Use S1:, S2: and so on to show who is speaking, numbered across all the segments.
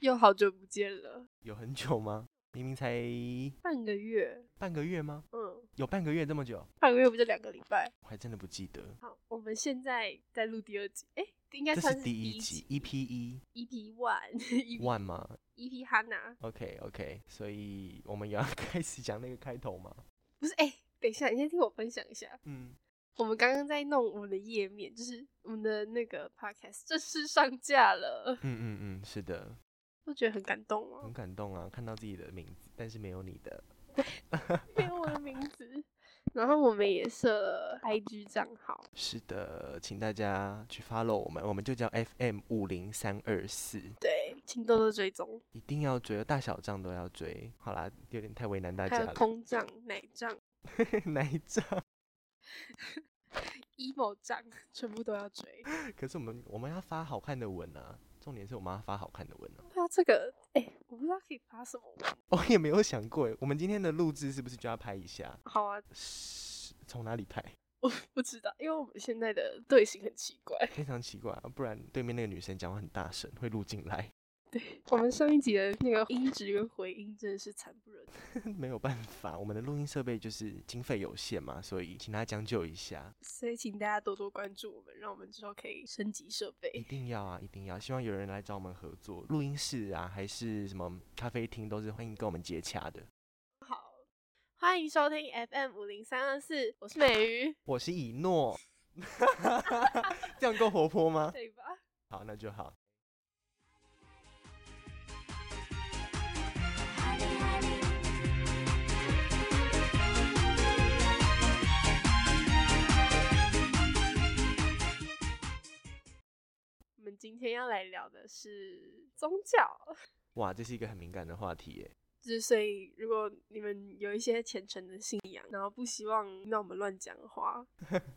S1: 又好久不见了，
S2: 有很久吗？ 明明才
S1: 半个月，
S2: 半个月吗？
S1: 嗯，
S2: 有半个月这么久？
S1: 半个月不就两个礼拜？
S2: 我还真的不记得。
S1: 好，我们现在在录第二集，哎、应该
S2: 这
S1: 算
S2: 是第
S1: 一，E
S2: 一集，EP ，E 一
S1: EP One，EP
S2: one 吗
S1: EP 哈娜，
S2: ？OK OK，所以我们也要 开始讲那个开头吗？
S1: 不是哎、等一下，你先听我分享一下。
S2: 嗯，
S1: 我们刚刚在弄我们的页面，就是我们的那个 podcast 正式上架了，
S2: 嗯嗯嗯，是的，
S1: 不觉得很感动哦吗
S2: 很？感动啊，看到自己的名字，但是没有你的。嗯
S1: 没有我的名字。然后我们也设了 IG 账号，
S2: 是的，请大家去 follow 我们，我们就叫 FM 五零三二四，
S1: 对，请多多追踪，
S2: 一定要追，哦大小账都要追。好啦，有点太为难大
S1: 还
S2: 家
S1: 有
S2: 了。
S1: 通账、奶账、
S2: 哪一账？
S1: emo 账，全部都要追。
S2: 可是我们我们要发好看的文啊，重点是我们要发好看的文啊。
S1: 对啊，这个哎、我不知道可以发什么。
S2: 我哦也没有想过耶，欸我们今天的录制是不是就要拍一下？
S1: 好啊，
S2: 是从哪里拍？
S1: 我不知道，因为我们现在的队形很奇怪。
S2: 非常奇怪啊，不然对面那个女生讲话很大声，会录进来，
S1: 对我们上一集的那个音质跟回音真的是惨不忍睹。
S2: 没有办法。我们的录音设备就是经费有限嘛，所以请大家将就一下，
S1: 所以请大家多多关注我们，让我们之后可以升级设
S2: 一
S1: 备。
S2: 定要啊，一定要！希望有人来找我们合作，录音室啊，还是什么咖啡厅，都是欢迎跟我们接洽的。
S1: 好，欢迎收听 FM 五零三二四，我是美鱼，
S2: 我是以诺， 这样够活泼吗？
S1: 对吧？
S2: 好，那就好。
S1: 我们今天要来聊的是宗教，
S2: 哇，这是一个很敏感的话题耶。
S1: 就是所以如果你们有一些虔诚的信仰，然后不希望听到我们乱讲的 话，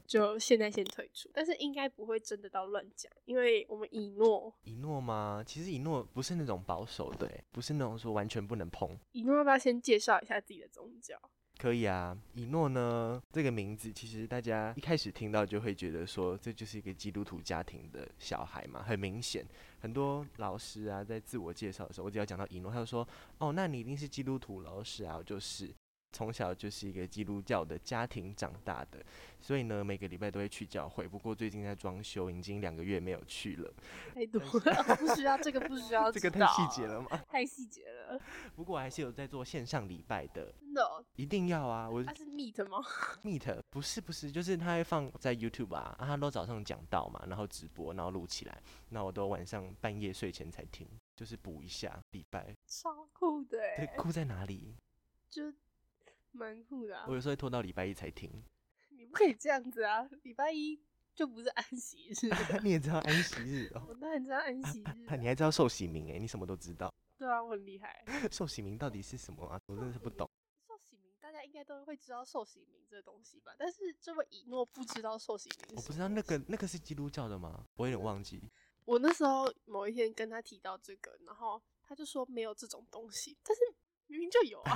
S1: 就现在先退出。但是应该不会真的到乱讲，因为我们以诺，
S2: 一诺吗？其实一诺不是那种保守的欸耶，不是那种说完全不能碰。
S1: 以诺要不要先介绍一下自己的宗教？
S2: 可以啊，以诺呢这个名字，其实大家一开始听到就会觉得说，这就是一个基督徒家庭的小孩嘛，很明显。很多老师啊，在自我介绍的时候，我只要讲到以诺，他就说：“哦，那你一定是基督徒老师啊，我就是。”从小就是一个基督教的家庭长大的，所以呢，每个礼拜都会去教会。不过最近在装修，已经两个月没有去了。
S1: 太多了，不需要这个，不需要
S2: 这个
S1: 知
S2: 太
S1: 道
S2: 细节，了嘛。
S1: 太细节了，
S2: 不过我还是有在做线上礼拜的，
S1: 真的、哦。
S2: 一定要啊！我
S1: 它是 meet 吗？
S2: Meet 不是不是，就是他会放在 YouTube 啊，啊他都早上讲到嘛，然后直播，然后录起来，那我都晚上半夜睡前才听，就是补一下礼拜。
S1: 超酷的
S2: 对，
S1: 哎，
S2: 酷在哪里？
S1: 就蛮酷的、啊
S2: 我。有时候会拖到礼拜一才听。
S1: 你不可以这样子啊！礼拜一就不是安息日了，
S2: 你也知道安息日哦，
S1: 我当然知道安息日
S2: 啊
S1: 啊。
S2: 你还知道寿喜名诶，你什么都知道。
S1: 对啊，我很厉害。
S2: 寿喜名到底是什么啊？我真的是 不懂。
S1: 寿喜名大家应该都会知道寿喜名这个东西吧？但是这位以诺不知道寿喜名，
S2: 我不知道那。个那个是基督教的吗？我有点忘记。
S1: 我那时候某一天跟他提到这个，然后他就说没有这种东西，但是明明就有 啊，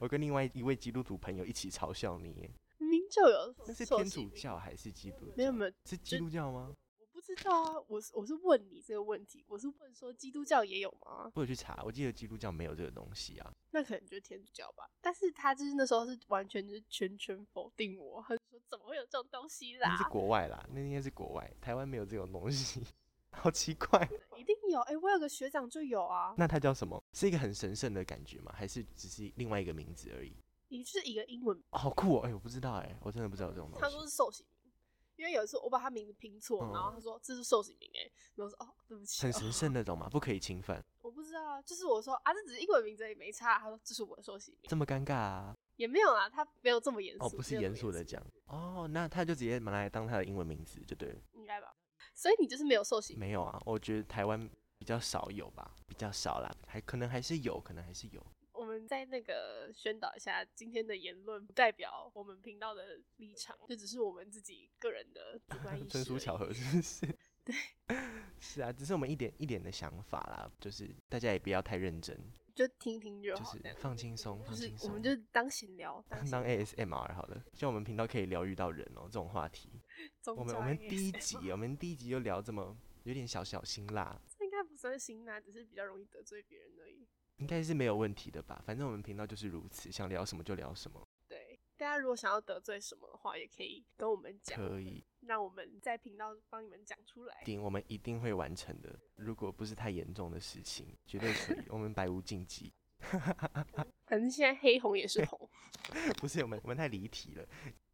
S2: 我跟另外一位基督徒朋友一起嘲笑你耶，
S1: 明明就有。
S2: 那是天主？教还是基督教？
S1: 没有没有，
S2: 是基督教吗？
S1: 我不知道啊。我是我是问你这个问题，我是问说基督教也有吗？
S2: 我有去查，我记得基督教没有这个东西啊。
S1: 那可能就是天主教吧。但是他就是那时候是完全就是全全否定我，他就说怎么会有这种东西
S2: 那
S1: 啦
S2: 是？国外啦，那应该是国外，台湾没有这种东西，好奇怪。
S1: 一定有，哎、我有个学长就有啊。
S2: 那它叫什么？是一个很神圣的感觉吗？还是只是另外一个名字而已？
S1: 你就是一个英文，
S2: 哦好酷哦！哎、我不知道哎、我真的不知道有这种
S1: 他说
S2: 东西。
S1: 是寿喜名，因为有一次我把他名字拼错，
S2: 嗯
S1: 然后他说这是寿喜名、哎，然后我说哦，对不起、
S2: 很
S1: 哦，
S2: 神圣那种嘛，不可以侵犯，
S1: 我不知道啊，就是我说啊，这只是英文名字也没差，他说这是我的寿喜名，
S2: 这么尴尬啊？
S1: 也没有啊，他没有这么严肃，
S2: 哦，不是
S1: 没有这么
S2: 严肃的讲哦，那他就直接拿来当他的英文名字就对了。
S1: 应该吧。所以你就是没有寿喜名，
S2: 没有啊，我觉得台湾比较少有吧，比较少啦，还可能还是有，可能还是有。
S1: 我们在那个宣导一下，今天的言论不代表我们频道的立场，这只是我们自己个人的主 观意识。
S2: 纯属巧。合，是 不是？对， 是啊，只是我们一点一点的想法啦，就是大家也不要太认真，
S1: 就听听就
S2: 就
S1: 好，
S2: 是
S1: 这样
S2: 放轻松，
S1: 就
S2: 放
S1: 是
S2: 轻
S1: 我
S2: 松
S1: 们，就当闲聊，当闲
S2: 当哎
S1: 聊
S2: ASMR 好了，希望我们频道可以疗愈到人哦、这种话题，
S1: 宗
S2: 我们
S1: 教
S2: 我们
S1: ASMR
S2: 第一集，我们第一集就聊这么有点小小辛辣，
S1: 这应该不是算辛辣，只是比较容易得罪别人而已。
S2: 应该是没有问题的吧？反正我们频道就是如此，想聊什么就聊什么，
S1: 对，大家如果想要得罪什么的话，也可以跟我们讲，
S2: 可以
S1: 让我们在频道帮你们讲出来。
S2: 定，我们一定会完成的。如果不是太严重的事情，绝对可以，我们百无禁忌。
S1: 反正现在黑红也是红，
S2: 不是我们，我们太离题了。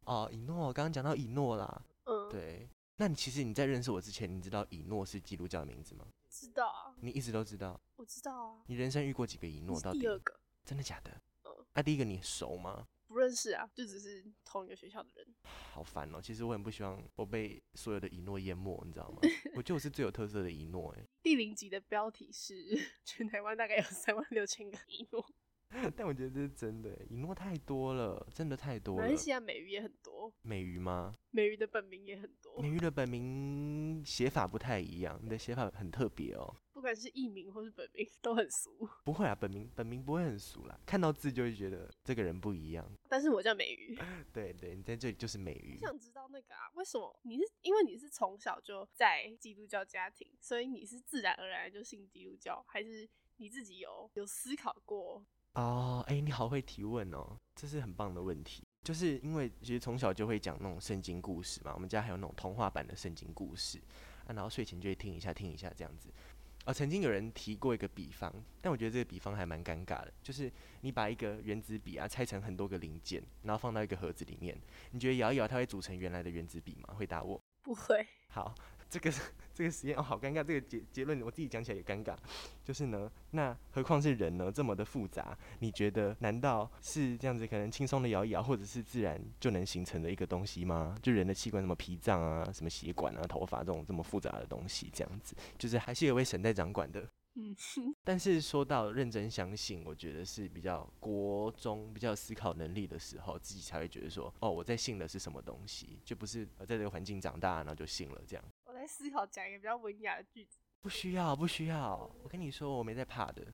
S2: 哦，以诺，刚刚讲到以诺啦，
S1: 嗯，，
S2: 对。那你其实你在认识我之前，你知道以诺是基督教的名字吗？
S1: 知道啊，
S2: 你一直都知道。
S1: 我知道啊，
S2: 你人生遇过几个
S1: 你
S2: 以诺？
S1: 是
S2: 嗯到底
S1: 第二个
S2: 真的假的
S1: 嗯？
S2: 啊，第一个你熟吗？
S1: 不认识啊，就只是同一个学校的人。
S2: 好烦哦！其实我很不希望我被所有的以诺淹没，你知道吗？ 我觉得我是最有特色的以诺，哎，
S1: 第零集的标题是 全台湾大概有三万六千个一诺，
S2: 但我觉得这是真的耶，欸以诺太多了，真的太多
S1: 马
S2: 了
S1: 来。西亚美语也很多，
S2: 美鱼吗？
S1: 美语的本名也很多
S2: 美，鱼的本名写法不太一样，你的写法很特别哦。
S1: 不管是艺名或是本名都很俗。
S2: 不会啊，本名本名不会很俗啦，看到字就会觉得这个人不一样。
S1: 但是我叫美 语，
S2: 对对，你在这里就是美
S1: 我
S2: 鱼。
S1: 想知道那个啊，为什么你是因为你是从小就在基督教家庭，所以你是自然而然就信基督教，还是你自己有有思考过？
S2: 哦，哎，你好会提问哦，这是很棒的问题。就是因为其实从小就会讲那种圣经故事嘛，我们家还有那种童话版的圣经故事啊，然后睡前就会听一下听一下这样子。呃，曾经有人提过一个比方，但我觉得这个比方还蛮尴尬的，就是你把一个原子笔啊拆成很多个零件，然后放到一个盒子里面，你觉得摇一摇它会组成原来的原子笔吗？回答我。
S1: 不会，
S2: 好，这个这个实验哦，好尴尬，这个结结论我自己讲起来也尴尬。就是呢，那何况是人呢，这么的复杂，你觉得难道是这样子，可能轻松的摇一摇，或者是自然就能形成的一个东西吗？就人的器官，什么脾脏啊，什么血管啊，头发这种这么复杂的东西，这样子，就是还是有位神在掌管的。
S1: 嗯，
S2: 但是说到认真相信，我觉得是比较国中比较有思考能力的时候，自己才会觉得说，哦，我在信的是什么东西，就不是呃在这个环境长大，然后就信了这样。
S1: 我在思考讲一个比较文雅的句子。
S2: 不需要，不需要。我跟你说，我没在怕的。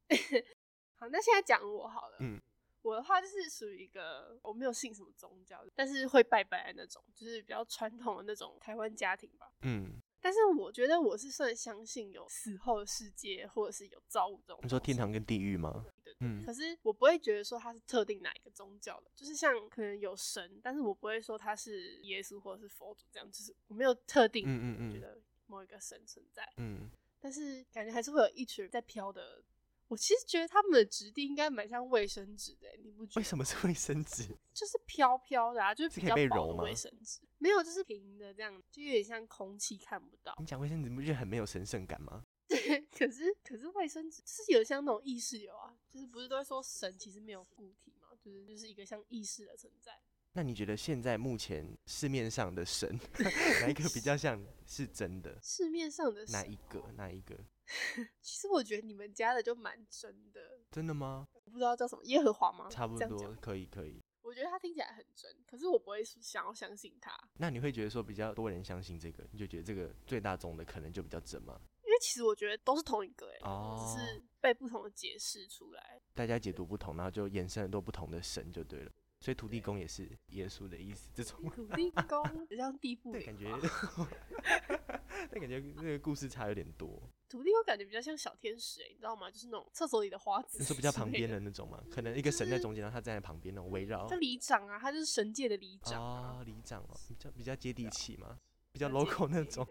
S1: 好，那现在讲我好了。
S2: 嗯，
S1: 我的话就是属于一个我没有信什么宗教，但是会拜拜的那种，就是比较传统的那种台湾家庭吧。
S2: 嗯，
S1: 但是我觉得我是算相信有死后的世界，或者是有造物这种。
S2: 你说天堂跟地狱吗？嗯
S1: 可是我不会觉得说它是特定哪一个宗教的，就是像可能有神，但是我不会说它是耶稣或者是佛祖这样，就是我没有特定
S2: 嗯嗯嗯
S1: 觉得某一个神存在，
S2: 嗯，
S1: 但是感觉还是会有一群在飘的。我其实觉得他们的质地应该蛮像卫生纸的、你不觉
S2: 为
S1: 得？
S2: 什么是卫生纸？
S1: 就是飘飘的啊，就是
S2: 是
S1: 比
S2: 可以
S1: 较
S2: 被
S1: 薄
S2: 揉
S1: 的
S2: 吗
S1: 卫生纸，没有，就是平的这样，就有点像空气看不到。
S2: 你讲卫生纸，你不觉得很没有神圣感吗？
S1: 可是可是卫生纸就是有像那种意识流啊，就是不是都会说神其实没有固体嘛，就是就是一个像意识的存在。
S2: 那你觉得现在目前市面上的神， 哪一个比较像是真的？
S1: 市面上的
S2: 哪
S1: 神
S2: 一个？哪一个？
S1: 其实我觉得你们家的就蛮真的，
S2: 真的吗？
S1: 我不知道叫什么耶和华吗？
S2: 差不
S1: 这样
S2: 多，
S1: 讲
S2: 可以，可以。
S1: 我觉得它听起来很真，可是我不会想要相信它，
S2: 那你会觉得说比较多人相信这个，你就觉得这个最大宗的可能就比较真吗？
S1: 因为其实我觉得都是同一个哎、
S2: 哦
S1: 只是被不同的解释出来。
S2: 大家解读不同，然后就衍生很多不同的神就对了。所以土地公也是耶稣的意思，这种
S1: 土地公比较地步
S2: 对，
S1: 灵
S2: 感觉
S1: 吧，，
S2: 但感觉那个故事差有点多。
S1: 土地公感觉比较像小天使哎、你知道吗？就是那种厕所里的花子，
S2: 你说比较旁边
S1: 的。
S2: 的哦那种嘛，可能一个神在中间，然后他站在旁边那种围绕
S1: 他。里长啊，他就是神界的里长啊。
S2: 哦，里长哦，比较比较接地气嘛，比较
S1: 比较接
S2: local 那
S1: 地气
S2: 种。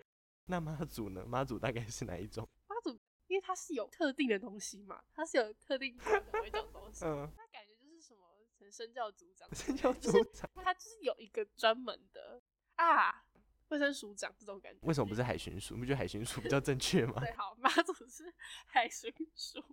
S2: 那妈祖呢？妈祖大概是哪一种？
S1: 妈祖，因为他是有特定的东西嘛，他是有特定管的某一种东西，
S2: 嗯，，
S1: 他感觉就是什么神身教组长
S2: 神教组
S1: 就是
S2: 长。
S1: 他就是有一个专门的啊，卫生署长这种感觉。
S2: 为什么不是海巡署？你不觉得海巡署比较正确吗？
S1: 对，好，妈祖是海巡署，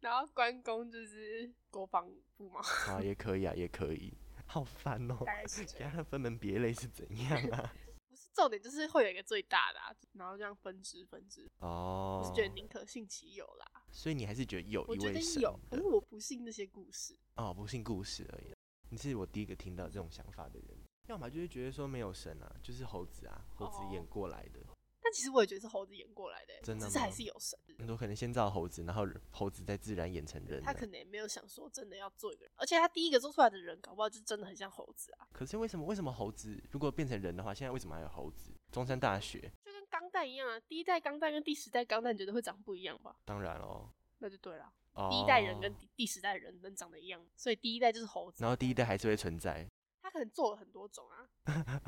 S1: 然后关公就是国防部嘛，
S2: 啊，也可以啊，也可以。好烦哦、
S1: 大概是这
S2: 给
S1: 样。
S2: 他分门别类是怎样啊？
S1: 不是重点，就是会有一个最大的、啊，然后这样分支分支。 我是
S2: 哦
S1: 觉，得宁可信其有啦，
S2: 所以你还是觉得有
S1: 我
S2: 一
S1: 觉得
S2: 位神
S1: 有，可
S2: 的
S1: 是我不信那些故事。
S2: 哦，不信故事而已。你是我第一个听到这种想法的人，要么就是觉得说没有神啊，就是猴子啊，猴子
S1: 哦
S2: 演过来的。
S1: 但其实我也觉得是猴子演过来的欸、
S2: 真的
S1: 只是还
S2: 吗
S1: 是有神，
S2: 很多可能先造猴子，然后猴子再自然演成人啊、
S1: 他可能也没有想说真的要做一个人，而且他第一个做出来的人，搞不好就真的很像猴子啊，
S2: 可是为什么为什么猴子如果变成人的话，现在为什么还有猴子？中山大学
S1: 就跟钢弹一样啊，第一代钢弹跟第十代钢弹，你觉得会长不一样吧？
S2: 当然喽。
S1: 那就对了，
S2: 哦
S1: 第一代人跟第第十代人能长得一样，所以第一代就是猴子，
S2: 然后第一代还是会存在
S1: 它可能做了很多种啊，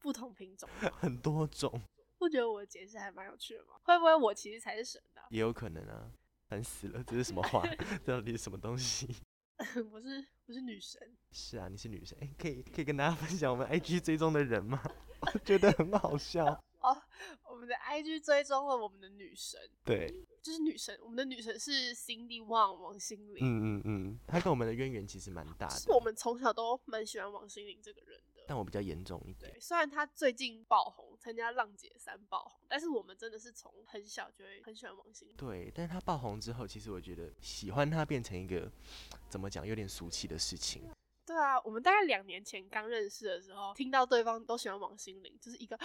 S1: 不同品种。
S2: 很多种，
S1: 不觉得我的解释还蛮有趣的吗？会不会我其实才是神的啊、
S2: 也有可能啊。烦死了，这是什么话？这到底是什么东西？
S1: 我是我是女神，
S2: 是啊，你是女生，哎、可以可以跟大家分享我们 IG 追踪的人吗？ 我觉得很好笑。
S1: 我们的 IG 追踪了我们的女神，
S2: 对，
S1: 就是女神，我们的女神是 Cindy Wang 王心凌，
S2: 嗯嗯嗯，他跟我们的渊源其实蛮大
S1: 是我
S2: 的，
S1: 们从小都蛮喜欢王心凌这个人的。
S2: 但我比较严重一点。
S1: 对，虽然她最近爆红，参加浪姐三爆红，但是我们真的是从很小就会很喜欢王心凌。
S2: 对，但是他爆红之后，其实我觉得喜欢他变成一个怎么讲，有点俗气的事情。
S1: 对啊，我们大概两年前刚认识的时候，听到对方都喜欢王心凌，就是一个 你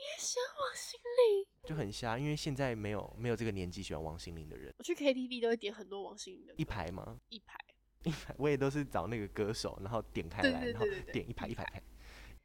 S1: 也喜欢王心凌。
S2: 就很瞎，因为现在没有没有这个年纪喜欢王心凌的人，
S1: 我去 KTV 都会点很多王心凌的歌
S2: 一排嘛，
S1: 一排。
S2: 我也都是找那个歌手，然后点开
S1: 对
S2: 来，
S1: 对
S2: 然后
S1: 对对对
S2: 点一排一排排。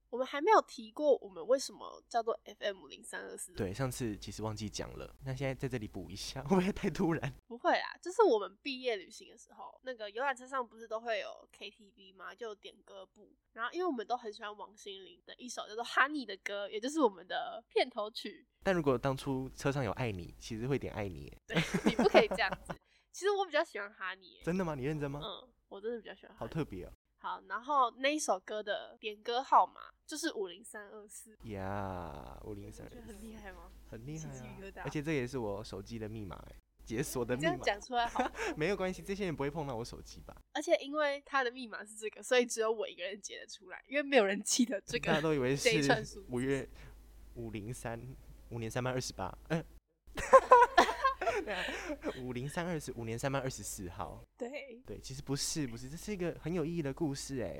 S1: 我们还没有提过我们为什么叫做 FM 零三二四。，
S2: 对，上次其实忘记讲了，那现在在这里补一下， 会不会太突然？
S1: 不会啦，就是我们毕业旅行的时候，那个游览车上不是都会有 KTV 吗？就有点歌部。然后因为我们都很喜欢王心凌的一首叫做《Honey》的歌，也就是我们的片头曲。
S2: 但如果当初车上有爱你，其实会点爱你耶，
S1: 对，你不可以这样子。其实我比较喜欢《Honey、欸》。
S2: 真的吗？你认真吗？
S1: 嗯，我真的比较喜欢。
S2: 好。特别哦，
S1: 好，然后那一首歌的点歌号码就是五零三二四，
S2: 呀，五零
S1: 你
S2: 三
S1: 觉得很厉害吗？
S2: 很厉害
S1: 起鸡
S2: 啊
S1: 皮疙瘩！
S2: 而且这也是我手机的密码耶，解锁的
S1: 你
S2: 密
S1: 这样
S2: 码，
S1: 讲出来好吗
S2: 没有关系，这些人不会碰到我手机吧？
S1: 而且因为他的密码是这个，所以只有我一个人解得出来，因为没有人记得这
S2: 大家
S1: 个。
S2: 都以为
S1: 这一串
S2: 是
S1: 数字
S2: 五月五零三五年三班二十八，嗯，
S1: 啊
S2: 五零三二十五年三班二十四号。
S1: 对
S2: 对，其实不是，不是，这是一个很有意义的故事哎。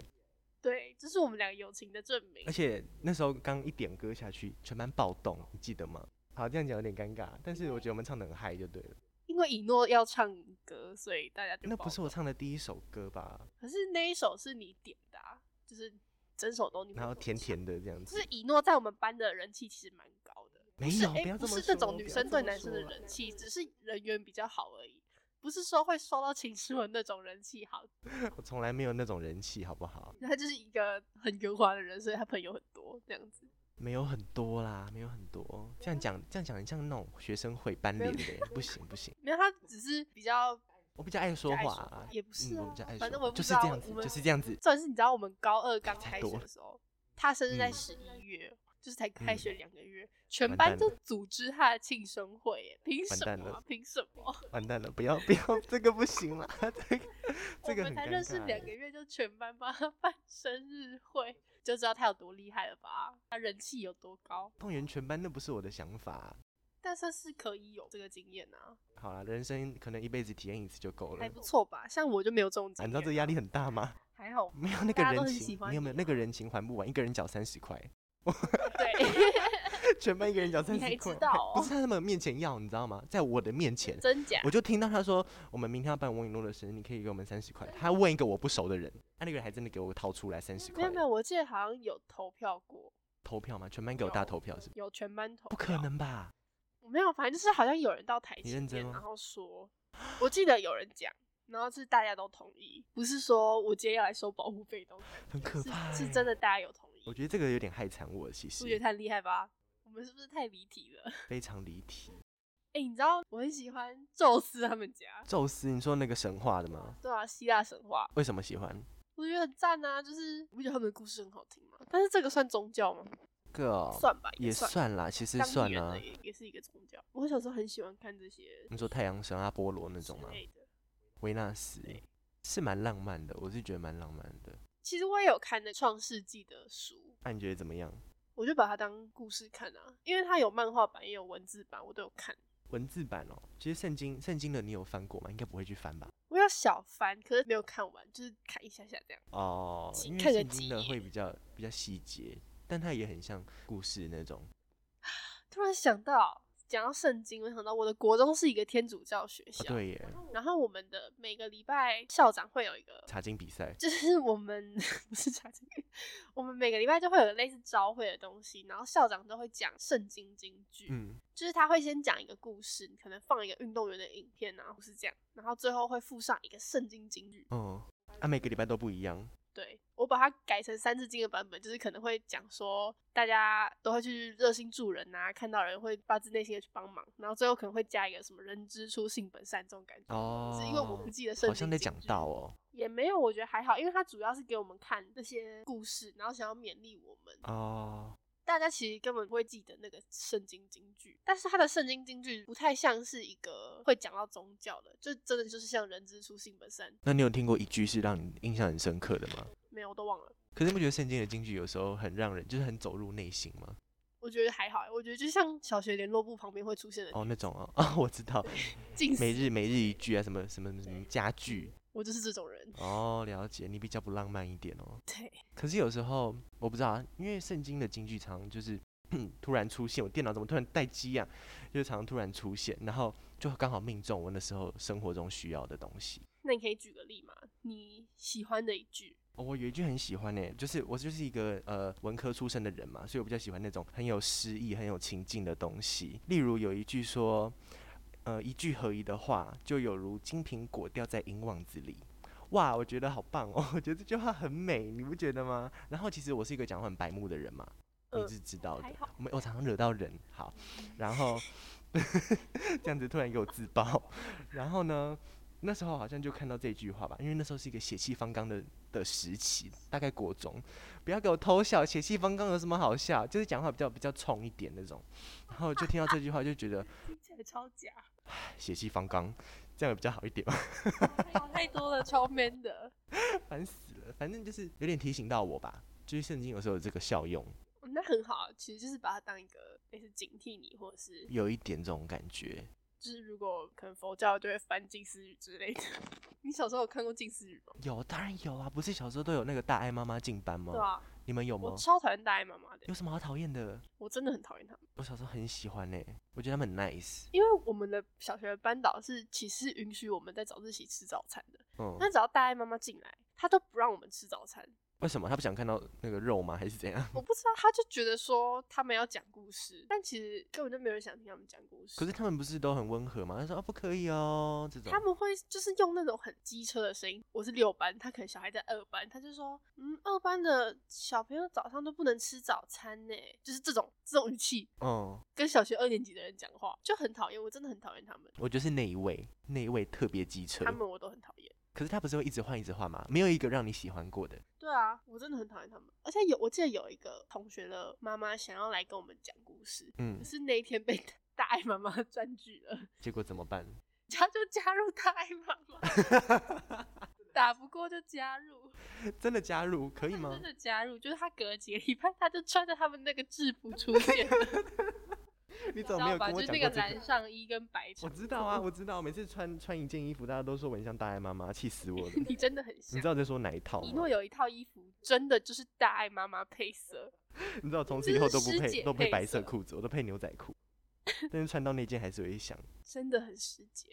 S1: 对，这是我们俩友情的证明
S2: 而。且那时候刚一点歌下去，全班暴动，你记得吗？好，这样讲有点尴尬，但是我觉得我们唱的很嗨就对了。
S1: 因为以诺要唱歌，所以大家就
S2: 那
S1: 爆
S2: 不是我唱的第一首歌吧？
S1: 可是那一首是你点的、啊，就是整首都你。
S2: 然后甜，甜的这样
S1: 就
S2: 子
S1: 是，以诺在我们班的人气其实蛮高的。
S2: 没
S1: 是
S2: 有，
S1: 诶
S2: 不要这
S1: 不
S2: 么
S1: 是
S2: 说，
S1: 这种
S2: 不
S1: 女
S2: 要
S1: 生
S2: 这
S1: 对
S2: 么
S1: 男生的
S2: 说
S1: 人气，只是人缘比较好而已。不是说会收到情书的那种人气好，
S2: 我从来没有那种人气，好不好？
S1: 他就是一个很圆滑的人，所以他朋友很多这样子。
S2: 没有很多啦，没有很多。这样讲，这样讲很像那种学生会班
S1: 没有
S2: 联的人，不行不行。
S1: 没有，他只是比较
S2: 我比较爱说
S1: 爱
S2: 话
S1: 说
S2: 啊、
S1: 话也不是
S2: 嗯，我
S1: 啊
S2: 比较爱
S1: 反
S2: 说
S1: 正
S2: 话，
S1: 我也不知
S2: 就是这
S1: 道
S2: 样
S1: 我
S2: 子，
S1: 们
S2: 就是这样子。
S1: 算是你知道我们高 二刚
S2: 太
S1: 开
S2: 多
S1: 学
S2: 了
S1: 的时候，他生日在
S2: 嗯
S1: 十一月，就是才开
S2: 嗯
S1: 学两个月，全
S2: 完
S1: 班
S2: 蛋
S1: 就
S2: 了
S1: 组织他的庆生会耶，凭
S2: 完
S1: 什
S2: 蛋
S1: 么啊
S2: 了？
S1: 凭什么？
S2: 完蛋了，不要不要，这个不行啦， 这个
S1: 我
S2: 这个
S1: 们
S2: 很
S1: 才
S2: 尴
S1: 认识
S2: 尬
S1: 两
S2: 欸
S1: 个月就全班帮他 办生日会，就知道他有多厉害了吧？他人气有多高？
S2: 动员全班，那不是我的想法啊、
S1: 但算是可以有这个经验啊，
S2: 好啦，人生可能一辈子体验一次就够了。
S1: 还不错吧？像我就没有这种经
S2: 啊你知
S1: 验啊、
S2: 道这个压力很 大吗？
S1: 还 好
S2: 没有那个
S1: 大家都
S2: 人
S1: 很喜
S2: 情，
S1: 欢
S2: 你有没有
S1: 你
S2: 那个
S1: 啊
S2: 人情还不完？一个人缴三十块，
S1: 对，
S2: 全班一个人缴三
S1: 你还
S2: 十
S1: 知
S2: 块，
S1: 道哦
S2: 不是在他们面前要，你知道吗？在我的面前，
S1: 真假
S2: 我就听到他说，我们明天要办王允诺的生日，你可以给我们三十块。他问一个我不熟的人，他、那个人还真的给我掏出来三十
S1: 没
S2: 块
S1: 有没，有，我记得好像有投票过，
S2: 投票吗？全班给我大投票是不是？
S1: 有全班投，
S2: 不可，能吧？
S1: 没有，反正就是好像有人到台
S2: 你
S1: 前
S2: 认真
S1: 面，
S2: 吗
S1: 然后说，我记得有人讲，然后是大家都同意，不是说我今天要来收保护费的东西，
S2: 很可怕、
S1: 是是真
S2: 的。
S1: 的大家有同意，
S2: 我欸觉得这个有点害惨我，其
S1: 不觉得
S2: 实
S1: 太厉害吧？我们是不是太离题了？
S2: 非常离题。
S1: 哎、你知道我很喜欢宙斯他们家，
S2: 宙斯，你说那个神话的吗？
S1: 对啊，希腊神话，
S2: 为什么喜欢？
S1: 我觉得很赞啊，就是你不觉得他们的故事很好听吗？但是这个算宗教吗？
S2: 个、哦、
S1: 算吧，
S2: 也
S1: 算，
S2: 算啦，其实
S1: 当地
S2: 算
S1: 人
S2: 啦、
S1: 的也也是一个宗教。我小时候很喜欢看这些
S2: 你说太阳神阿波罗那
S1: 之
S2: 种吗？
S1: 类的。
S2: 维纳斯
S1: 对
S2: 是蛮浪漫的，我是觉得蛮浪漫的。
S1: 其实我也有看那《创世纪》的书，
S2: 那、你觉得怎么样？
S1: 我就把它当故事看啊，因为它有漫画版也有文字版，我都有看。
S2: 文字版哦，其实圣经圣经的你有翻过吗？应该不会去翻吧？
S1: 我有小翻，可是没有看完，就是看一下下这样。
S2: 哦，
S1: 几
S2: 因为
S1: 看个
S2: 圣经的
S1: 几
S2: 会
S1: 页
S2: 比较比较细节，但它也很像故事那种。哦
S1: 突然想到，讲到圣经，我想到我的国中是一个天主教学校，
S2: 对耶，
S1: 然后我们的每个礼拜校长会有一个
S2: 查经比赛，
S1: 就是我们 不是查经，我们每个礼拜就会有类似招会的东西，然后校长都会讲圣经金句，
S2: 嗯，
S1: 就是他会先讲一个故事，可能放一个运动员的影片啊，或是这样，然后最后会附上一个圣经金句。
S2: 哦，啊，每个礼拜都不一样，
S1: 对我把它改成三字经的版本，就是可能会讲说大家都会去热心助人啊，看到人会发自内心的去帮忙，然后最后可能会加一个什么“人之初性本善”这种感觉。
S2: 哦
S1: 只是因为我不记得圣经
S2: 好像在讲
S1: 金句
S2: 到哦，
S1: 也没有，我觉得还好，因为它主要是给我们看那些故事，然后想要勉励我们。
S2: 哦，
S1: 大家其实根本不会记得那个圣经金句，但是他的圣经金句不太像是一个会讲到宗教的，就真的就是像“人之初性本善
S2: 那你有听过一句是让你印象很深刻的吗？”，
S1: 没有我都忘了。
S2: 可是你不觉得圣经的金句有时候很让人就是很走入内心吗？
S1: 我觉得还好欸，我觉得就像小学联络部旁边会出现的
S2: 哦，那种哦， 哦，我知 道，
S1: 近
S2: 每
S1: 似，
S2: 日每日一句啊，什么什么什么佳句，
S1: 我就是这种人。
S2: 哦，了解，你比较不浪漫一点哦。
S1: 对，
S2: 可是有时候我不知道啊，因为圣经的金句常常就是 突然出现，我电脑怎么突然待机啊？就是常常突然出现，然后就刚好命中我那时候生活中需要的东西。
S1: 那你可以举个例吗？你喜欢的一句，
S2: 哦，我有一句很喜欢呢、欸就是我就是一个呃文科出身的人嘛，所以我比较喜欢那种很有诗意、很有情境的东西。例如有一句说，呃，一句合一的话，就有如金苹果掉在银网子里。哇，我觉得好棒哦！ 我觉得这句话很美，你不觉得吗？然后其实我是一个讲话很白目的人嘛，你
S1: 呃
S2: 是知道的
S1: 还。好，
S2: 我们我常常惹到人，好，然后 这样子突然给我自爆，然后呢，那时候好像就看到这句话吧，因为那时候是一个血气方刚的的时期，大概国中，不要给我偷笑，血气方刚有什么好笑？就是讲话比较比较冲一点那种，然后就听到这句话就觉得
S1: 听起来超假，
S2: 血气方刚，这样也比较好一点吧，
S1: 想太多了，超 man 的。
S2: 烦死了，反正就是有点提醒到我吧，就是圣经有时候有这个效用，
S1: 嗯那很好，其实就是把它当一个类似警惕你，或者是
S2: 有一点这种感觉，
S1: 就是如果可能佛教就会翻近似语之类的。 你小时候有看过近似语吗？
S2: 有当然有啊，不是小时候都有那个大爱妈妈进班吗？
S1: 对啊，
S2: 你们有吗
S1: 我？超讨厌大爱妈妈的
S2: 有，什么好讨厌的？
S1: 我真的很讨厌他们，
S2: 我小时候很喜欢呢、我觉得他们很 nice。
S1: 因为我们的小学班导是其实允许我们在早自习吃早餐的，
S2: 嗯，
S1: 但只要大爱妈妈进来，她都不让我们吃早餐。
S2: 为什么他不想看到那个肉吗？还是怎样？
S1: 我不知道，她就觉得说他们要讲故事，但其实根本就没有人想听他们讲故事。
S2: 可是他们不是都很温和吗？他说啊，不可以哦，这种
S1: 他。们会就是用那种很机车的声音。我是六班，他可能小孩在二班，他就说，嗯，二班的小朋友早上都不能吃早餐呢，就是这种这种语气
S2: 嗯，
S1: 跟小学二年级的人讲话，就很讨厌。我真的很讨厌他们，
S2: 我觉得是那一位，那一位特别机车
S1: 他。们我都很讨厌。
S2: 可是他不是会一直换一直换吗？没有一个让你喜欢过的。
S1: 对啊，我真的很讨厌他们。而且有，我记得有一个同学的妈妈想要来跟我们讲故事，
S2: 嗯
S1: 可，是那一天被 大爱妈妈占据了，
S2: 结果怎么办？
S1: 她就加入大爱妈妈， 打不过就加入。
S2: 真的加入可以
S1: 他
S2: 吗
S1: 真？的加入，就是他隔几个礼拜，他就穿着他们那个制服出 现，
S2: 你
S1: 你
S2: 怎么没有跟我
S1: 就
S2: 讲
S1: 是那个
S2: 过这
S1: 蓝
S2: 个？
S1: 上衣跟白
S2: 我
S1: 长，
S2: 知道啊，我知道，每次穿穿一件衣服，大家都说我很像大爱妈妈，气死我了。
S1: 你真的很
S2: 你
S1: 像
S2: 知。道我在说哪一套
S1: 一
S2: 吗？
S1: 诺有一套衣服，真的就是大爱妈妈配色，
S2: 你知道，从此
S1: 就
S2: 以
S1: 是
S2: 后都不
S1: 师
S2: 配，
S1: 姐
S2: 都配
S1: 配
S2: 白色
S1: 色
S2: 裤子，我都配牛仔裤。 但是穿到那件还是会想，
S1: 真的很时节。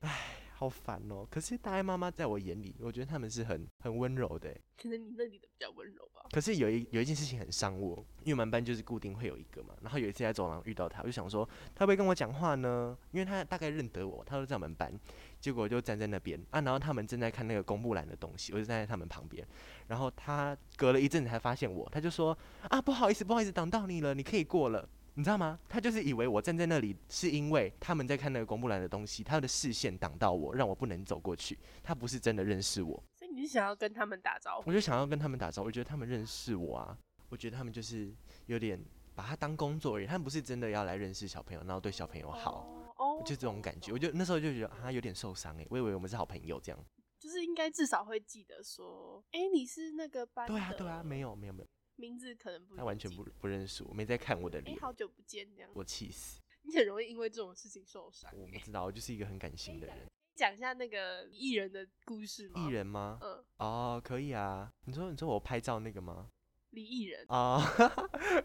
S2: 好烦哦。可是大爱妈妈在我眼里，我觉得他们是很很温柔的欸。
S1: 可能你那里的比较温柔吧。
S2: 可是有一有一件事情很伤我，因为我们班就是固定会有一个嘛。然后有一次在走廊遇到他，我就想说他会不会跟我讲话呢？因为他大概认得我，他都在我们班。结果我就站在那边啊，然后他们正在看那个公布栏的东西，我就站在他们旁边。然后他隔了一阵子才发现我，他就说啊，不好意思，不好意思，挡到你了，你可以过了。你知道吗？他就是以为我站在那里是因为他们在看那个公布栏的东西，他的视线挡到我，让我不能走过去。他不是真的认识我。
S1: 所以你是想要跟他们打招呼？
S2: 我就想要跟他们打招呼，我觉得他们认识我啊，我觉得他们就是有点把它当工作而已，他们不是真的要来认识小朋友，然后对小朋友好，
S1: 哦，
S2: 就这种感觉。我就那时候就觉得啊，有点受伤诶，我以为我们是好朋友这样。
S1: 就是应该至少会记得说，哎、你是那个班
S2: 对啊，对啊，没
S1: 有
S2: 有没有没有，
S1: 名字可能不
S2: 他完全
S1: 记
S2: 不
S1: 得。
S2: 不认识我，没在看我的
S1: 哎、
S2: 脸，
S1: 好久不见这样，
S2: 我气死。
S1: 你很容易因为这种事情受伤。
S2: 我不知道，我就是一个很感性的人。
S1: 讲一下那个艺人的故事吗？
S2: 艺，人吗？
S1: 嗯，
S2: 哦，可以啊。你说你说我拍照那个吗？
S1: 李艺人，
S2: 哦 啊、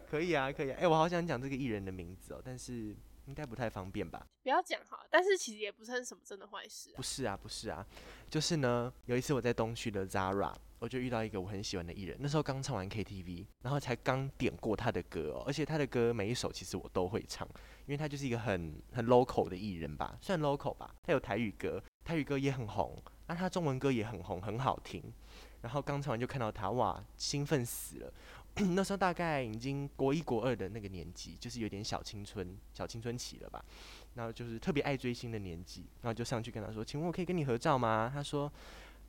S2: 可以啊，可以啊。哎、我好想讲这个艺人的名字哦，但是应该不太方便吧？
S1: 不要讲哈，但是其实也不是什么真的坏事、啊
S2: 不。是啊，不是啊，就是呢，有一次我在东区的 Zara，我就遇到一个我很喜欢的艺人，那时候刚唱完 KTV，然后才刚点过他的歌哦，而且他的歌每一首其实我都会唱，因为他就是一个很很 local 的艺人吧，算 local 吧，他有台语歌，台语歌也很红，那、他中文歌也很红，很好听。然后刚唱完就看到他，哇，兴奋死了。那时候大概已经国一国二的那个年纪，就是有点小青春、小青春期了吧。然后就是特别爱追星的年纪，然后就上去跟他说：“请问我可以跟你合照吗？”他说：“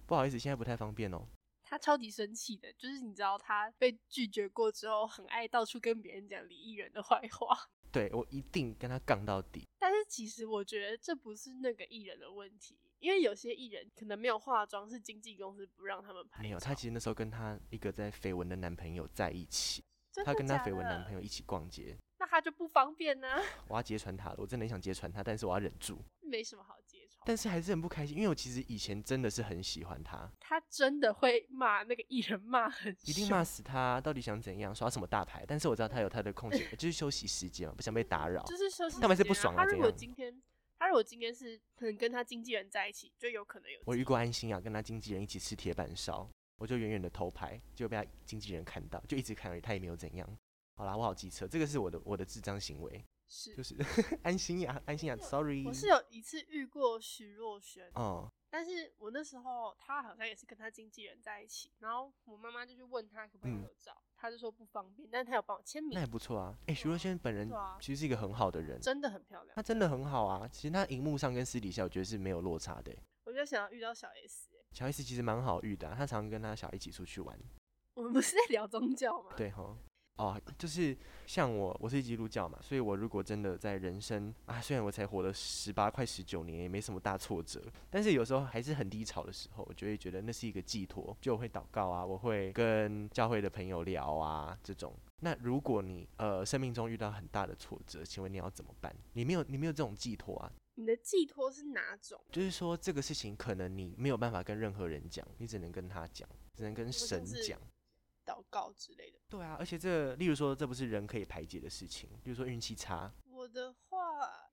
S2: 不好意思，现在不太方便哦。
S1: 他超级生气的，就是你知道他被拒绝过之后，很爱到处跟别人讲李艺人的坏话。
S2: 对”我一定跟他杠到底。
S1: 但是其实我觉得这不是那个艺人的问题，因为有些艺人可能没有化妆，是经纪公司不让他们拍照。
S2: 没有，他其实那时候跟他一个在绯闻的男朋友在一起，
S1: 真的
S2: 他跟他
S1: 假
S2: 绯闻男
S1: 的
S2: 朋友一起逛街。
S1: 那他就不方便呢、
S2: 我要揭穿他了，我真的很想揭穿他，但是我要忍住。
S1: 没什么好揭穿。
S2: 但是还是很不开心，因为我其实以前真的是很喜欢他，
S1: 他真的会骂那个艺人，骂很
S2: 一定
S1: 凶
S2: 骂死他，到底想怎样，耍什么大牌？但是我知道他有他的空 闲，就是休息时间嘛，不想被打扰。
S1: 就是休息时间啊、
S2: 他们是不爽
S1: 他
S2: 啊
S1: 如
S2: 怎
S1: 果
S2: 样
S1: 今天，他如果今天是可能跟他经纪人在一起，就有可能有
S2: 我
S1: 机
S2: 遇过安心啊，跟他经纪人一起吃铁板烧，我就远远的偷拍，就被他经纪人看到，就一直看而已，他也没有怎样。好啦，我好机车，这个是我的我的智障行为，
S1: 是
S2: 就。是 安心呀、安心呀、s o r r y
S1: 我是有一次遇过徐若瑄，
S2: 哦，
S1: 但是我那时候她好像也是跟她经纪人在一起，然后我妈妈就去问她可不可以
S2: 嗯
S1: 合照，她就说不方便，但她有帮我签
S2: 那
S1: 名
S2: 也，不错啊。哎、徐若瑄本人
S1: 对啊
S2: 其实是一个很好的人，
S1: 真的很漂亮
S2: 她。真的很好啊。其实她荧幕上跟私底下，我觉得是没有落差的欸、
S1: 我就想要遇到小 S，欸、
S2: 小 S 其实蛮好遇的啊、她常常跟她小孩一起出去玩。
S1: 我们不是在聊宗教吗？
S2: 对哈。哦，就是像我，我是基督教嘛，所以我如果真的在人生啊，虽然我才活了十八快十九年，也没什么大挫折，但是有时候还是很低潮的时候，我就会觉得那是一个寄托，就我会祷告啊，我会跟教会的朋友聊啊这种。那如果你呃生命中遇到很大的挫折，请问你要怎么办？你没有你没有这种寄托啊，
S1: 你的寄托是哪种？
S2: 就是说这个事情可能你没有办法跟任何人讲，你只能跟他讲，只能跟
S1: 像
S2: 神
S1: 是
S2: 讲。
S1: 祷告之类的。
S2: 对啊，而且这例如说，这不是人可以排解的事情，例如说运气差，
S1: 我的话，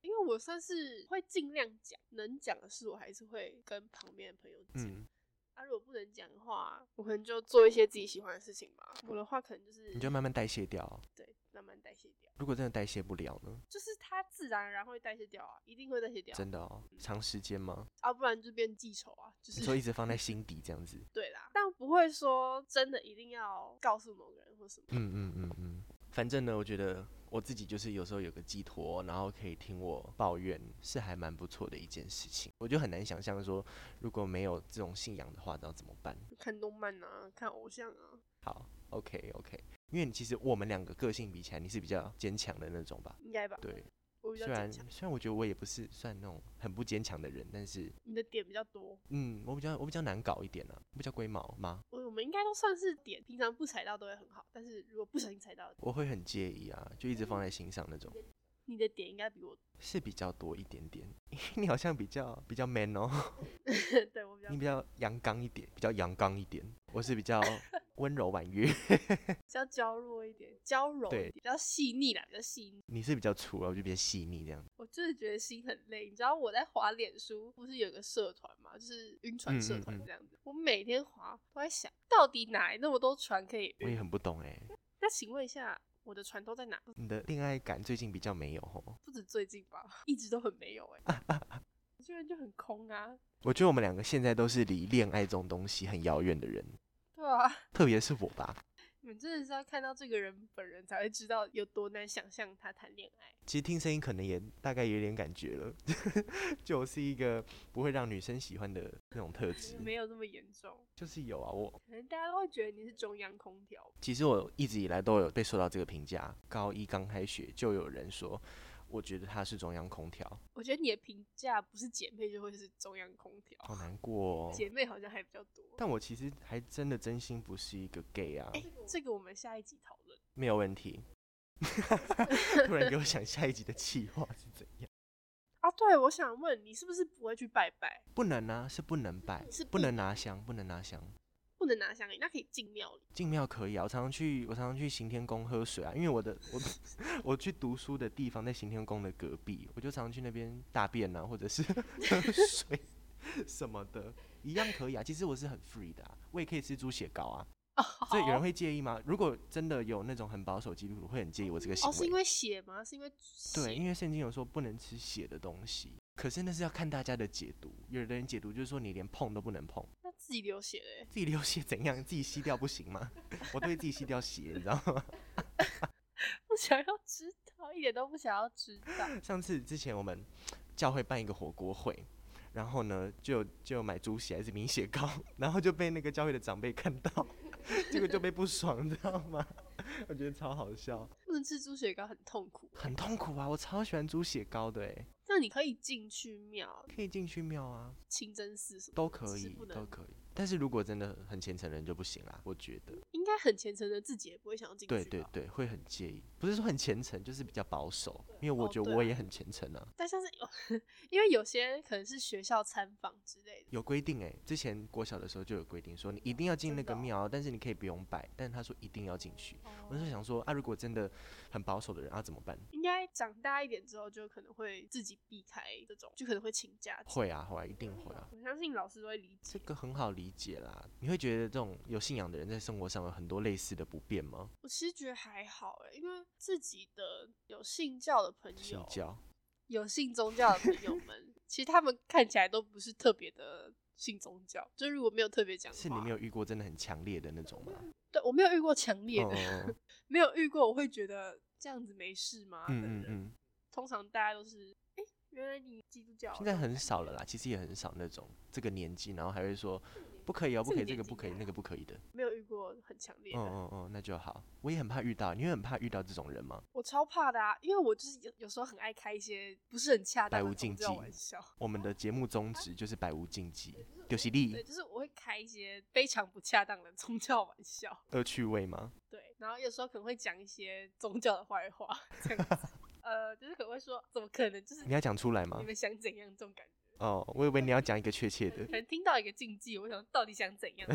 S1: 因为我算是会尽量讲，能讲的事我还是会跟旁边的朋友讲。
S2: 嗯，
S1: 啊，如果不能讲的话，我可能就做一些自己喜欢的事情吧。我的话可能就是
S2: 嗯你就慢慢代谢掉。
S1: 对慢慢代谢掉，
S2: 如果真的代谢不了呢？
S1: 就是它自然而然会代谢掉啊，一定会代谢掉
S2: 真的哦，长时间吗？
S1: 啊，不然就变记仇啊，就
S2: 你说一
S1: 是
S2: 直放在心底这样子？
S1: 对啦，但不会说真的一定要告诉某个人或什么。
S2: 嗯嗯嗯嗯。反正呢，我觉得我自己就是有时候有个寄托，然后可以听我抱怨，是还蛮不错的一件事情。我就很难想象说，如果没有这种信仰的话，那怎么办？
S1: 看动漫啊，看偶像啊，
S2: 好，OK OK，因为你其实我们两个个性比起来，你是比较坚强的那种吧？
S1: 应该吧？
S2: 对，
S1: 我比较
S2: 虽然
S1: 坚强，
S2: 虽然我觉得我也不是算那种很不坚强的人，但是
S1: 你的点比较多，
S2: 嗯，我比较我比较难搞一点啊，我比较龟毛吗？
S1: 我我们应该都算是点，平常不踩到都会很好，但是如果不小心踩到，
S2: 我会很介意啊，就一直放在心上那种，
S1: 你的点应该比我
S2: 是比较多一点点。 你好像比较比较 man 哦，
S1: 多， 对我比较
S2: 你
S1: 比
S2: 比较阳刚一点，比较阳刚一点，我是 比较温柔婉约，
S1: 较娇弱一点，娇柔一
S2: 对
S1: 点，比较细腻啦，比较细腻。
S2: 你是比较粗，然后就比较细腻这样。
S1: 我就是觉得心很累，你知道我在滑脸书，不是有个社团嘛，就是晕船社团
S2: 嗯嗯嗯
S1: 这样子。我每天滑都在想，到底哪来那么多船可以
S2: 我也
S1: 晕？
S2: 很不懂哎、
S1: 那请问一下，我的船都在哪？
S2: 你的恋爱感最近比较没有哦。
S1: 不止最近吧， 一直都很没有哎、
S2: 啊
S1: 我这个人就很空啊。
S2: 我觉得我们两个现在都是离恋爱这种东西很遥远的人，
S1: 对啊，
S2: 特别是我吧。
S1: 你们真的是要看到这个人本人才会知道有多难想象他谈恋爱。
S2: 其实听声音可能也大概有点感觉了， 就是一个不会让女生喜欢的那种特质，
S1: 没有那么严重，
S2: 就是有啊。我
S1: 可能大家都会觉得你是中央空调。
S2: 其实我一直以来都有被受到这个评价，高一刚开学就有人说，我觉得他是中央空调，
S1: 我觉得你的评价不是姐妹就会是中央空调，
S2: 好难过、哦。
S1: 姐妹好像还比较多。
S2: 但我其实还真的真心不是一个 gay 啊，
S1: 这个我们下一集讨论。
S2: 没有问题。突然给我想下一集的计划是怎样？
S1: 啊，对，我想问你是不是不会去拜拜？
S2: 不能啊，是不能拜，
S1: 是
S2: 不
S1: 不
S2: 能拿香，不能拿香。
S1: 不能拿香烟，那可以进庙里。
S2: 进庙可以啊，我常常去，我常常去行天宫喝水啊，因为我的我我去读书的地方在行天宫的隔壁，我就常常去那边大便啊，或者是 喝水什么的，一样可以啊。其实我是很 free 的、啊，我也可以吃猪血糕啊。
S1: 哦
S2: 所以有人会介意吗？如果真的有那种很保守基督徒，会很介意我这个行
S1: 哦，是因
S2: 为。
S1: 为血吗？是因为血
S2: 对，因为圣经有说不能吃血的东西，可是那是要看大家的解读。有的人解读就是说你连碰都不能碰，
S1: 那自己流血嘞、
S2: 自己流血怎样？自己吸掉不行吗？ 我都会自己吸掉血，你知道吗？
S1: 不想要知道，一点都不想要知道。
S2: 上次之前我们教会办一个火锅会，然后呢就就买猪血还是米血糕， 然后就被那个教会的长辈看到， 结果就被不爽，你知道吗？ 我觉得超好笑，
S1: 不能吃猪血糕很痛苦。哦
S2: 很痛苦啊！我超喜欢猪血糕的哎，
S1: 那你可以进去庙、
S2: 可以进去庙啊，
S1: 清真寺什么的
S2: 都可
S1: 只是
S2: 以
S1: 不，
S2: 都
S1: 能。
S2: 可以。但是如果真的很虔诚的人就不行啦，我觉得，
S1: 应该很虔诚的自己也不会想要进去吧。
S2: 对对对，会很介意。不是说很虔诚，就是比较保守，因为我
S1: 哦
S2: 觉得
S1: 对
S2: 我
S1: 啊
S2: 也很虔诚啊。
S1: 但像是有， 因为有些可能是学校参访之类的，
S2: 有规定哎、之前国小的时候就有规定说你一定要进那
S1: 真的
S2: 个
S1: 哦
S2: 庙，但是你可以不用拜。但是他说一定要进去，我就想说啊，如果真的很保守的人啊怎么办？
S1: 应该长大一点之后就可能会自己避开这种，就可能会请假。
S2: 会啊，会啊，一定会啊。
S1: 我相信老师都会理
S2: 这
S1: 解。
S2: 个很好理解啦。你会觉得这种有信仰的人在生活上有很多类似的不便吗？
S1: 我其实觉得还好哎、因为自己的有信教的朋
S2: 信
S1: 友，
S2: 教
S1: 有信宗教的朋友 们，其实他们看起来都不是特别的信宗教，就如果没有特别讲的话，
S2: 是你没有遇过真的很强烈的那种吗？
S1: 对我没有遇过强烈的，
S2: 嗯
S1: 没有遇过我会觉得这样子没事吗？
S2: 嗯
S1: 的
S2: 嗯
S1: 人
S2: 嗯，
S1: 通常大家都是，哎、原来你基督教，
S2: 现在很少了啦，其实也很少那种这个年纪，然后还会说不可以哦，不可以，这
S1: 啊
S2: 个不可以，那个不可以的。
S1: 没有遇过很强烈的，
S2: 嗯嗯嗯，那就好。我也很怕遇到，你会很怕遇到这种人吗？
S1: 我超怕的啊，因为我就是有有时候很爱开一些不是很恰当
S2: 百
S1: 的
S2: 无禁
S1: 宗
S2: 忌
S1: 教玩笑，
S2: 我们的节目宗旨就是百无禁忌，丢犀
S1: 对，
S2: 利，
S1: 就是我会开一些非常不恰当的宗教玩笑。
S2: 恶趣味吗？
S1: 对，然后有时候可能会讲一些宗教的坏话，这 样子，呃，就是可能会说，怎么可能？就是
S2: 你啊要讲出来吗
S1: 你？们想怎样这种感觉，
S2: 哦，我以为你要讲一个确切
S1: 可
S2: 的。
S1: 能听到一个禁忌，我想到底想怎 样？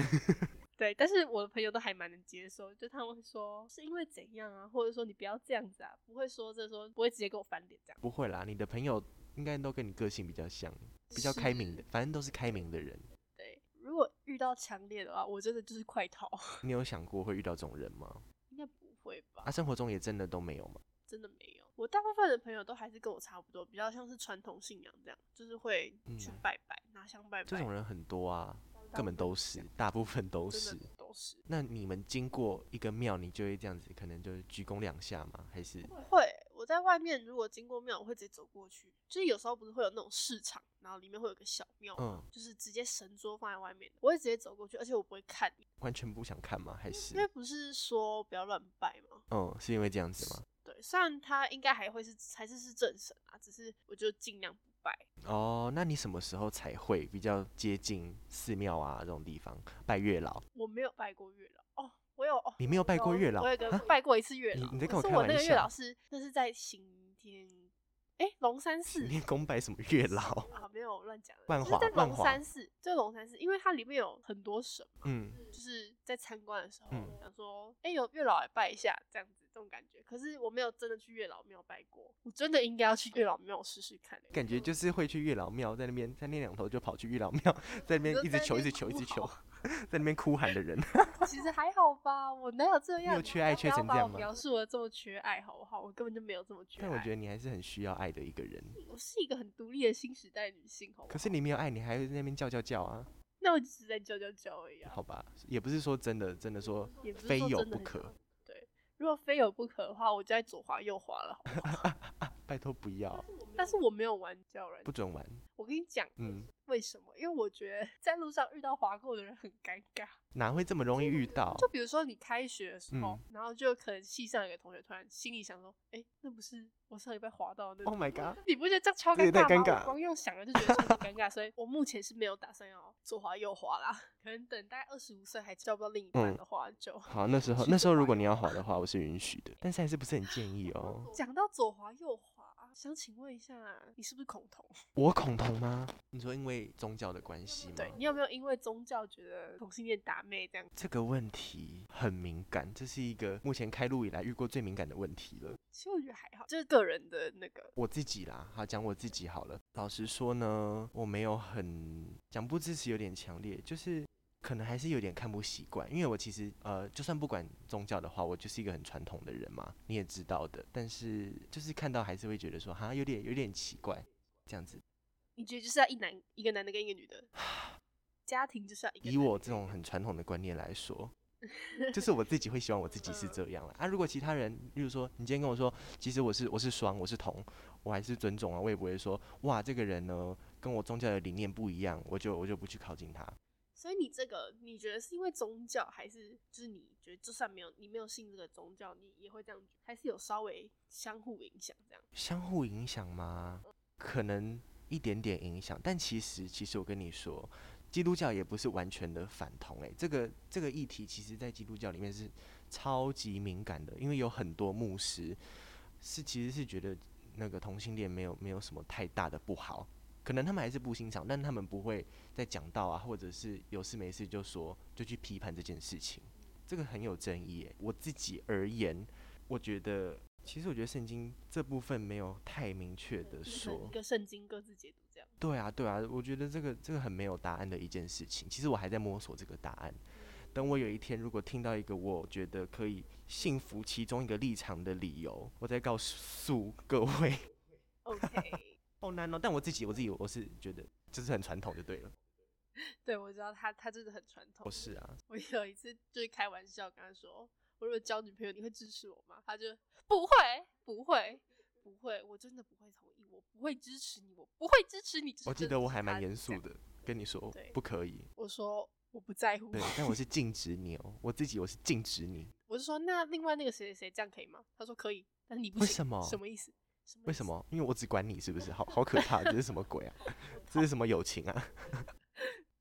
S1: 对，但是我的朋友都还蛮能接受，就他们会说是因为怎样啊，或者说你不要这样子啊，不会说这说不会直接跟我翻脸这样，
S2: 不会啦，你的朋友应该都跟你个性比较像，比较开明的，反正都是开明的人。
S1: 对。如果遇到强烈的话，我真的就是快逃，
S2: 你有想过会遇到这种人吗？
S1: 应该不会吧
S2: 啊，？生活中也真的都没有吗？
S1: 真的没有，我大部分的朋友都还是跟我差不多，比较像是传统信仰这样，就是会去
S2: 嗯
S1: 拜拜、拿香拜拜。
S2: 这种人很多啊，
S1: 大部
S2: 根本
S1: 分
S2: 都是，大部分都是
S1: 真。的都是
S2: 那你们经过一个庙，你就会这样子，可能就是鞠躬两下吗？还是
S1: 会。我在外面如果经过庙，我会直接走过去。就是有时候不是会有那种市场，然后里面会有个小庙，
S2: 嗯，
S1: 就是直接神桌放在外面的，我会直接走过去，而且我不会看，
S2: 完全不想看吗？还是
S1: 因为不是说不要乱拜嘛。
S2: 嗯，是因为这样子吗？
S1: 对，虽然他应该还会是还是是正神啊，只是我就尽量不拜。
S2: 哦，那你什么时候才会比较接近寺庙啊这种地方拜月老？
S1: 我没有拜过月老哦，我有哦，
S2: 你没有拜过月老
S1: 我有个
S2: 啊
S1: 拜过一次月
S2: 你
S1: 老，
S2: 你在跟我
S1: 可是
S2: 开
S1: 我
S2: 玩
S1: 那个
S2: 笑
S1: 月老是那是在刑天，哎、龙山寺
S2: 你念公拜什么月 老？
S1: 啊，没有乱讲的，
S2: 万
S1: 就是在
S2: 华万
S1: 龙
S2: 华
S1: 山寺，就龙山寺，因为它里面有很多神嘛，
S2: 嗯，
S1: 就是在参观的时候、
S2: 嗯
S1: 想说，哎、有月老来拜一下这样子，这种感觉。可是我没有真的去月老庙拜过，我真的应该要去月老庙试试看、欸。
S2: 感觉就是会去月老庙，在那边三天两头就跑去月老庙，在那边
S1: 就
S2: 一
S1: 在
S2: 直
S1: 那
S2: 求，一
S1: 边
S2: 直求，一
S1: 哭
S2: 直求， 在那边哭喊 的人。
S1: 其实还好吧，我哪有这样？啊
S2: 有缺爱缺成这
S1: 不
S2: 样
S1: 要把
S2: 吗
S1: 我描述的这么缺爱，好不好？我根本就没有这么缺爱。
S2: 但我觉得你还是很需要爱的一个人。
S1: 我是一个很独立的新时代女性，好不好
S2: 可是，你没有爱，你还会在那边叫叫叫啊？
S1: 那我只是在教教教而已啊，
S2: 好吧，也不是说真的，真的说
S1: 也不是
S2: 非
S1: 说
S2: 有
S1: 真的很
S2: 不可
S1: 想要。对，如果非有不可的话，我就在左滑右滑了，好不好？
S2: 拜托不要，
S1: 但是我没有玩教人
S2: 不，准玩。
S1: 我跟你讲，
S2: 嗯，
S1: 为什么？因为我觉得在路上遇到滑过的人很尴尬。
S2: 哪会这么容易遇到？
S1: 就比如说你开学的时候，
S2: 嗯
S1: 然后就可能系上有个同学突然心里想说，哎、那不是我上礼拜滑到的那
S2: Oh
S1: 种。
S2: my god！
S1: 你不觉得这样超
S2: 这
S1: 尴
S2: 也
S1: 尬吗？
S2: 太尴尬
S1: 我光用想了就觉得超级尴尬，所以我目前是没有打算要左滑右滑啦。可能等大概二十五岁还交不到另一
S2: 嗯
S1: 半的话，就
S2: 好，那时候
S1: 去
S2: 那时候
S1: 做
S2: 如果
S1: 吧
S2: 你要滑的话，我是允许的，但是还是不是很建议哦。
S1: 讲到左滑右滑，想请问一下，你是不是恐同？
S2: 我恐同吗？你说因为宗教的关系吗？
S1: 对你有没有因为宗教觉得同性恋打妹这样？
S2: 这个问题很敏感，这是一个目前开录以来遇过最敏感的问题了。
S1: 其实我觉得还好，就是个人的那个
S2: 我自己啦，好讲我自己好了。老实说呢，我没有很讲不支持，有点强烈，就是可能还是有点看不习惯，因为我其实呃，就算不管宗教的话，我就是一个很传统的人嘛，你也知道的。但是就是看到还是会觉得说，哈，有点有点奇怪，这样子。
S1: 你觉得就是要一男一个男的跟一个女的，家庭就是要一个
S2: 以
S1: 男
S2: 我
S1: 的
S2: 这
S1: 跟一
S2: 种
S1: 个
S2: 很传统的观念来说，就是我自己会希望我自己是这样了啊。如果其他人，例如说你今天跟我说，其实我是我是双，我是同，我还是尊重啊，我也不会说哇，这个人呢跟我宗教的理念不一样，我就我就不去靠近他。
S1: 所以你这个你觉得是因为宗教，还是就是你觉得就算没有你没有信这个宗教，你也会这样觉得，还是有稍微相互影响这样？
S2: 相互影响吗？可能一点点影响，但其实其实我跟你说，基督教也不是完全的反同、欸。这个这个议题其实在基督教里面是超级敏感的，因为有很多牧师是其实是觉得那个同性恋没有没有什么太大的不好，可能他们还是不欣赏，但他们不会在讲道啊，或者是有事没事就说就去批判这件事情，这个很有争议、欸。我自己而言，我觉得其实我觉得圣经这部分没有太明确的
S1: 就是可能
S2: 说
S1: 一，个圣经各自解读这样。
S2: 对啊，对啊，我觉得这个这个很没有答案的一件事情。其实我还在摸索这个答案。等我有一天如果听到一个我觉得可以信服其中一个立场的理由，我再告诉各位。
S1: OK，
S2: 好难哦，但我自己我自己我是觉得就是很传统就对了。
S1: 对我知道他他真的很传统
S2: 我。是啊，
S1: 我有一次就是开玩笑跟他说，我如果交女朋友，你会支持我吗？他就不会，不会，不会，我真的不会同意，我不会支持你，我不会支持你。就是
S2: 我记
S1: 真
S2: 得
S1: 的
S2: 我
S1: 是
S2: 还
S1: 他
S2: 蛮
S1: 这
S2: 严肃
S1: 样，
S2: 的跟你说
S1: 对
S2: 不可 以。
S1: 我说我不在乎
S2: 对。，但我是禁止你哦，我自己我是禁止你。
S1: 我就说那另外那个谁谁谁这样可以吗？他说可以，但你不
S2: 为
S1: 行
S2: 什么
S1: 什么意思？什么
S2: 为
S1: 意思？
S2: 什么？因为我只管你是不是？好好可怕，这是什么鬼啊？这是什么友情啊？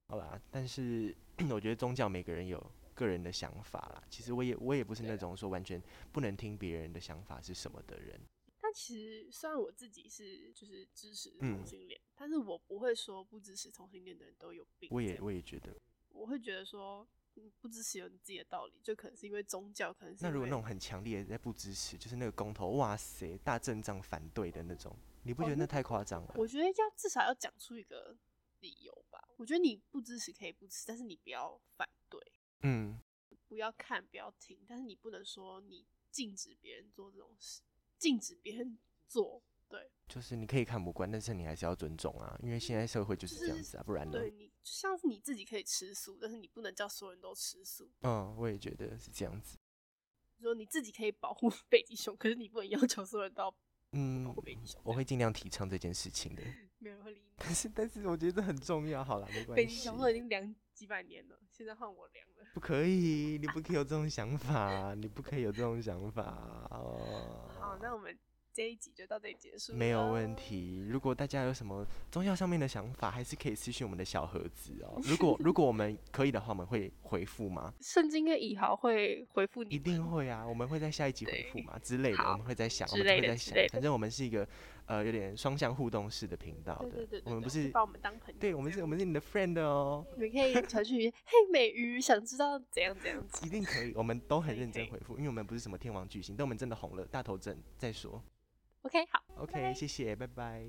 S2: 好啦，但是 我觉得宗教每个人有个人的想法啦。其实我也我也不是
S1: 啊
S2: 那种说完全不能听别人的想法是什么的人。
S1: 但其实虽然我自己是就是支持
S2: 嗯
S1: 同性恋，但是我不会说不支持同性恋的人都有病。
S2: 我
S1: 这
S2: 也
S1: 样
S2: 我也觉得，
S1: 我会觉得说，嗯不支持有你自己的道理，就可能是因为宗教，可能是
S2: 那
S1: 因
S2: 如果
S1: 为
S2: 那种很强烈的在不支持，就是那个公投，哇塞，大阵仗反对的那种，你不
S1: 哦
S2: 觉得
S1: 那
S2: 那太夸张了？
S1: 我觉得要至少要讲出一个理由吧。我觉得你不支持可以不支持，但是你不要反对，
S2: 嗯，
S1: 不要看，不要听，但是你不能说你禁止别人做这种事，禁止别人做。对，
S2: 就是你可以看不惯，但是你还是要尊重啊，因为现在社会就是这样子啊，不然呢？
S1: 对你就像是你自己可以吃素，但是你不能叫所有人都吃素。
S2: 嗯，我也觉得是这样子。
S1: 说你自己可以保护 北极熊，可是你不能要求所有人都要保
S2: 嗯
S1: 护，北极熊。
S2: 我会尽量提倡这件事情的。
S1: 没有人会理你。
S2: 但是但是我觉得这很重要，好啦，没关系。
S1: 北极熊都已经凉几百年了，现在换我凉了。
S2: 不可以，你不可以有这种想法，你不可以有这种想法哦。
S1: 好，啊那我们这一集就到这里结束。哦
S2: 没有问。题。如果大家有什么宗教上面的想法，还是可以私讯我们的小盒子 哦。如果如果我们可以的话，我们会回复吗？
S1: 圣经跟以豪会回复你
S2: 一
S1: 们，
S2: 定会啊，我们会在下一集回复嘛之类的，
S1: 好
S2: 我们会在想，我
S1: 之
S2: 们会
S1: 类的
S2: 在
S1: 之
S2: 想
S1: 类的，
S2: 反正我们是一个呃有点双向互动式的频道
S1: 对对
S2: 的
S1: 对对，
S2: 我们不
S1: 对
S2: 是
S1: 把我们当朋友。
S2: 对，我们
S1: 这
S2: 是
S1: 样
S2: 我们是你的 friend 哦。
S1: 你们可以传讯 息，嘿，美鱼，想知道怎样怎样子。
S2: 一定可以，我们都很
S1: 可以
S2: 认
S1: 可
S2: 真
S1: 以
S2: 回复，因为我们不是什么天王巨星，等我们真的红了，大头症再说。
S1: OK，好。
S2: OK，谢谢，拜拜。